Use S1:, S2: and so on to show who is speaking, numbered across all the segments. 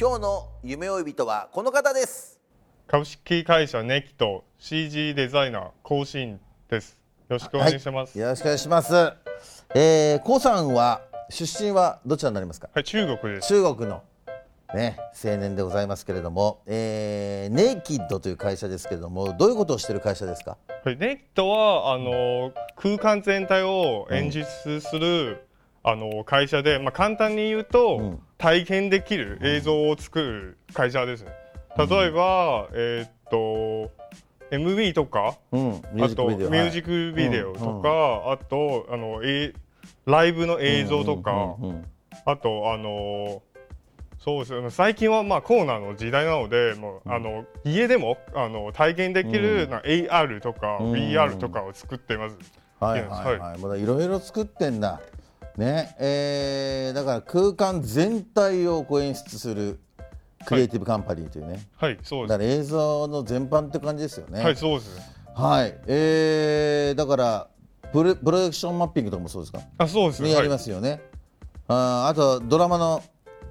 S1: 今日の夢追い人はこの方です
S2: 株式会社ネキと CG デザイナー更新です。よろしくお願いします。はい、
S3: よろしくお願いします。えー、コウさんは出身はどちらになりますか。
S2: 中国です。
S3: 中国のね青年でございますけれども、えー、ネイキッドという会社ですけれども、どういうことをしている会社ですか。
S2: はいネキとはあの空間全体を演出する、あの会社で、まあ簡単に言うと、
S3: ん
S2: 体験できる映像を作る会社ですね。例えば、えーっと MV とか、
S3: うん、ミュー
S2: あ
S3: ジッ
S2: と
S3: ク
S2: ミ
S3: ビデオ。
S2: ュージックビデオとか、あとあのえライブの映像とか。
S3: うんうん
S2: あとあのーそうですね最近はまあコロナの時代なのでもう、あの家でもあの体験できる、な AR とか、
S3: ん
S2: VR とかを作ってます。
S3: はい
S2: いや
S3: はい
S2: は
S3: はい、まだいろいろ作ってんだ。ね、えー、だから空間全体をこう演出するクリエイティブカンパニーというね、
S2: はいそうで
S3: だ
S2: す
S3: から映像の全般って感じですよね。
S2: はいそうです
S3: はい、えー、だからプロプロジェクションマッピングとかもそうですか、
S2: あそうです
S3: ね、やりますよね、あーあとドラマの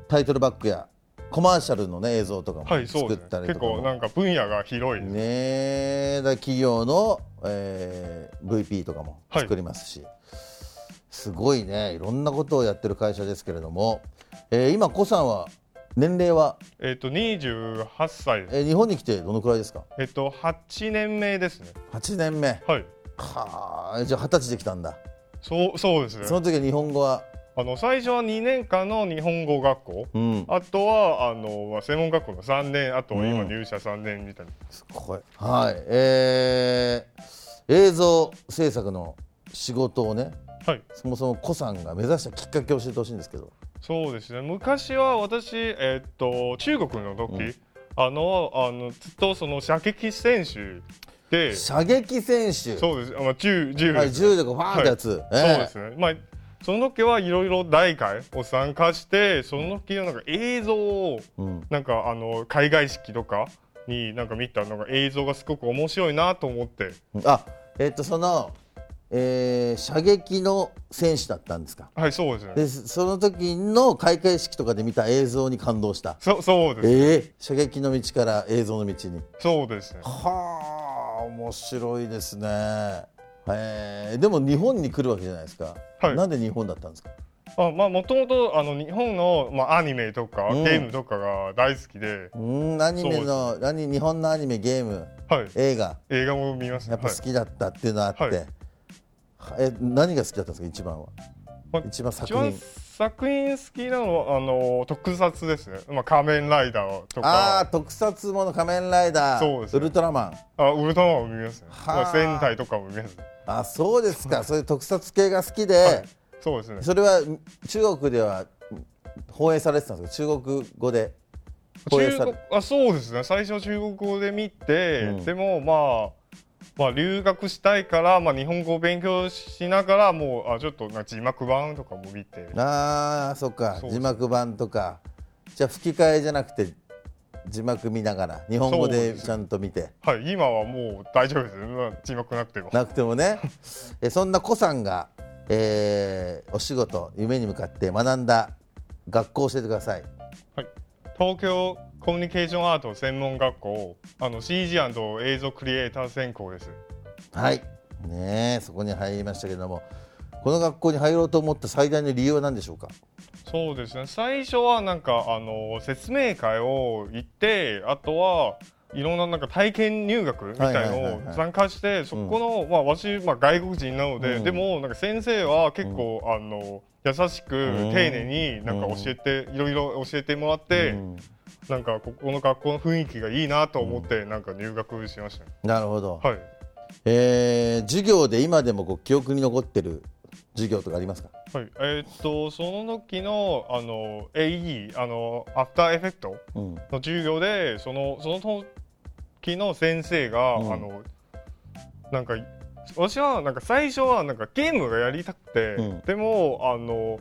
S3: タイトルバックやコマーシャルの、ね、映像とかも
S2: はい、はい、そう
S3: 作っ
S2: です
S3: たり
S2: 結
S3: とか
S2: 構
S3: も、
S2: なんか分野が広いです、
S3: ねえだから企業の、えー VP とかも
S2: はい
S3: 作りますし、すごいねいろんなことをやってる会社ですけれども、えー今コさんは年齢は、
S2: えっ、と28歳です
S3: えー日本に来てどのくらいですか
S2: えっ、と8年目ですね
S3: 8年目
S2: はい
S3: はあじゃあ二十歳できたんだ
S2: そうそうです
S3: そ
S2: ね
S3: の時は日本語は
S2: あの最初は2年間の日本語学校
S3: うん
S2: あとはあのまあ専門学校の3年あと
S3: うん
S2: 今入社3年みたいな、
S3: すごい。はい、えー、映像制作の仕事をね、
S2: はい
S3: そもそもコさんが目指したきっかけを教えてほしいんですけど。
S2: そうですね昔は私、えーっと中国の時、あのあのずっとその射撃選手で
S3: 射撃選手。
S2: そうですあまあ銃銃
S3: は
S2: で
S3: い、
S2: す
S3: 銃でこうバーンってやつ。え
S2: そ
S3: え
S2: うですね、まあ、その時はいろいろ大会を参加してその時のなんか映像を
S3: うん。
S2: なんかあの海外式とかになんか見たのが映像がすごく面白いなと思って
S3: あ、えっ、とその、えー、射撃の選手だったんですか。
S2: はいそうですね
S3: で、その時の開会式とかで見た映像に感動した。
S2: そそうです
S3: ええ射撃の道から映像の道に。
S2: そうですね
S3: はあ面白いですね。えー、でも日本に来るわけじゃないですか、
S2: はい
S3: なんで日本だったんですか
S2: あまあもともとあの日本の、まあ、アニメとか
S3: うん
S2: ゲームとかが大好きで、
S3: うーんアニメのアニ日本のアニメゲーム
S2: はい
S3: 映画
S2: 映画も見ます
S3: や
S2: ね
S3: っぱ好きだったっていうのはあって、
S2: はい
S3: はえ何が好きだったんですか一番は
S2: はい
S3: 一番
S2: はい、一
S3: 作
S2: 番
S3: 品
S2: 作品好きなのはあの特撮ですね、まあ、仮面ライダーと
S3: ああ
S2: か
S3: ー特撮もの仮面ライダ
S2: そう
S3: ー、
S2: ですね
S3: ウルトラマン
S2: あウルトラマンも見ますね、
S3: はあ
S2: まあ、戦隊とかも見ますね
S3: あそうですかそういう特撮系が好きで、
S2: はいそうですね
S3: それは中国では放映されてたんですか中国語で放映
S2: 中
S3: され
S2: 国あそうですね最初中国語で見て、
S3: うん
S2: でもまあまあ、留学したいから、まあ、日本語を勉強しながらもうあちょっとなんか字幕版とかも見て
S3: ああそっか
S2: そう
S3: 字幕版とかじゃあ吹き替えじゃなくて字幕見ながら日本語
S2: そう
S3: で
S2: です
S3: ちゃんと見て
S2: はい、今はもう大丈夫ですね、まあ字幕なくても。
S3: なくてもね えそんなコさんが、えーお仕事夢に向かって学んだ学校を教えてください
S2: はい、東京コミュニケーションアート専門学校、あの CG& 映像クリエイター専攻です。
S3: はいねえそこに入りましたけどもこの学校に入ろうと思った最大の理由は何でしょうか
S2: そうですね最初はなんかあの説明会を行ってあとはいろんななんか体験入学みたい
S3: はいはい
S2: の
S3: はいはい
S2: を参加してそこの、まあ、私、まあ、外国人なので、
S3: うん
S2: でもなんか先生は結構、あの優しく
S3: うん
S2: 丁寧になんか教えて、いろいろ教えてもらって、
S3: うん
S2: なんかここの学校の雰囲気がいいなと思って、なんか入学しましたね、
S3: なるほど、
S2: はい
S3: えー授業で今でもこう記憶に残ってる授業とかありますか
S2: はい、えーっとその時のあの AE あのアフターエフェクト
S3: うん
S2: の授業でそのその時の先生が、
S3: うん
S2: あのなんか私はなんか最初はなんかゲームがやりたくて、
S3: うん
S2: でもあの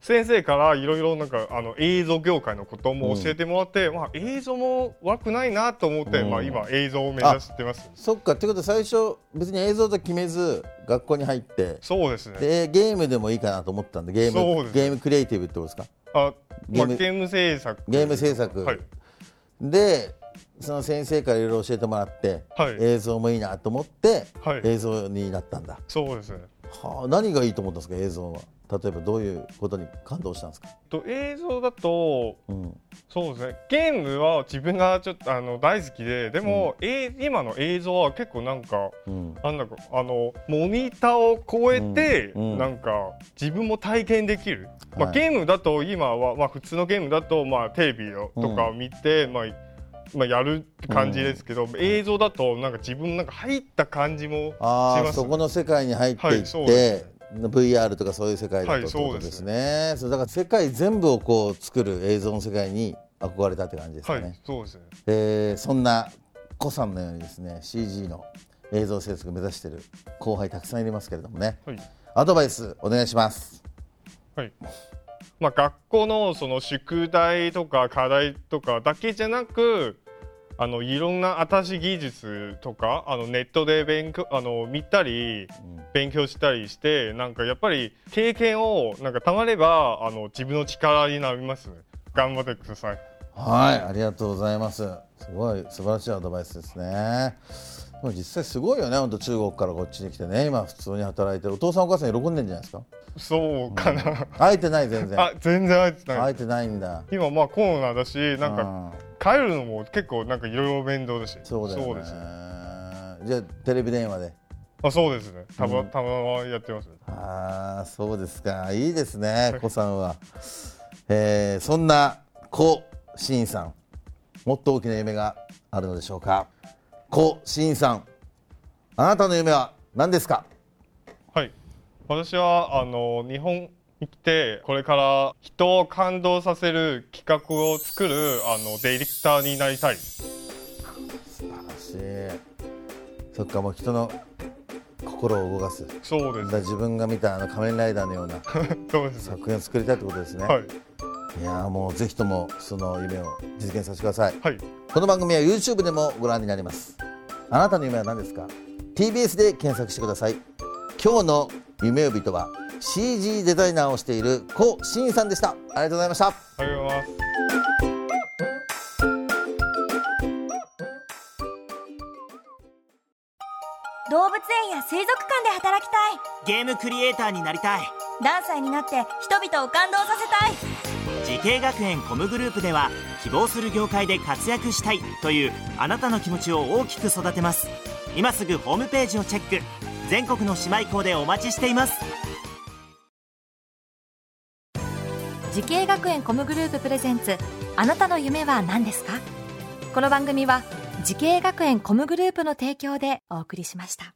S2: 先生からいろいろなんかあの映像業界のことも教えてもらって、まあ映像も悪くないなと思って、
S3: うん
S2: まあ今映像を目指してます。
S3: そっかってことは最初別に映像と決めず学校に入って
S2: そうですね。
S3: でゲームでもいいかなと思ったんでゲー
S2: そう
S3: ム
S2: ですね
S3: ゲームクリエイティブってことですか
S2: あ、ゲ
S3: ゲ
S2: ー
S3: ーム
S2: ムゲーム制作。
S3: ゲーム制作
S2: はい。
S3: でその先生からいろいろ教えてもらって、
S2: はい
S3: 映像もいいなと思って、
S2: はい
S3: 映像になったんだ、
S2: そうですね。
S3: はあ、何がいいと思ったんですか映像は例えばどういうことに感動したんですか、
S2: と映像だと
S3: うん
S2: そうですねゲームは自分がちょっとあの大好きででも、え今の映像は結構なんか
S3: うん、
S2: なんだかあのモニターを超えて、
S3: うんうん
S2: なんか自分も体験できる、ま
S3: は
S2: あ、
S3: い
S2: ゲームだと今は、まあ、普通のゲームだと、まあ、テレビをとかを見て、まあまあ、やるって感じですけど、映像だとなんか自分なんか入った感じもし
S3: あ
S2: ま
S3: あ
S2: す
S3: そこの世界に入っていっ
S2: はい
S3: て、
S2: そうです
S3: VR とかそういう世界だと、
S2: はい
S3: って
S2: そう
S3: ことで
S2: ですす
S3: ねそうだから世界全部をこう作る映像の世界に憧れたって感じです
S2: は
S3: か
S2: い、
S3: ね、
S2: そうですね
S3: えーそんなコさんのようにですね CG の映像制作を目指している後輩たくさんいますけれどもね
S2: はい
S3: アドバイスお願いします
S2: はいまあ、学校のその宿題とか課題とかだけじゃなくあのいろんな新しい技術とかあのネットで勉強あの見たり勉強したりしてなんかやっぱり経験をなんかたまればあの自分の力になりますね頑張ってください
S3: はい、ありがとうございます。すごい素晴らしいアドバイスですね。でも実際すごいよね、本当中国からこっちに来てね、今普通に働いてるお父さんお母さん喜んでんじゃないですか。
S2: そうかな、
S3: 会えてない全 然。
S2: あ全然あいつない
S3: 会えてないんだ。
S2: 今まあコロナだしなんか
S3: うん
S2: 帰るのも結構なんかいろいろ面倒だし
S3: そうだよね。
S2: ですね
S3: じゃあテレビ電話で。
S2: あそうですねたまたまやってますね
S3: ああ、そうですか。いいですね、子さんは。えー、そんな子しんさん、もっと大きな夢があるのでしょうか。子しんさん、あなたの夢は何ですか。
S2: はい。私はあの日本に来てこれから人を感動させる企画を作るあのディレクターになりたい。
S3: 素晴らしいそっかもう人の心を動かすだ
S2: そうで
S3: か
S2: す。
S3: ら自分が見たあの仮面ライダーのような
S2: そうです。
S3: 作品を作りたいってことですね、
S2: はい。
S3: い、やーもうぜひともその夢を実現させてください
S2: はい。
S3: この番組は YouTube でもご覧になりますあなたの夢は何ですか TBS で検索してください今日の夢呼人は CG デザイナーをしているコシンさんでしたありがとうございました
S2: ありがとうございます。
S4: 動物園や水族館で働きたい
S5: ゲームクリエイターになりたい
S4: 何歳になって人々を感動させたい
S5: 時系学園コムグループでは希望する業界で活躍したいというあなたの気持ちを大きく育てます今すぐホームページをチェック全国の姉妹校でお待ちしています
S6: 時系学園コムグループプレゼンツあなたの夢は何ですかこの番組は時系学園コムグループの提供でお送りしました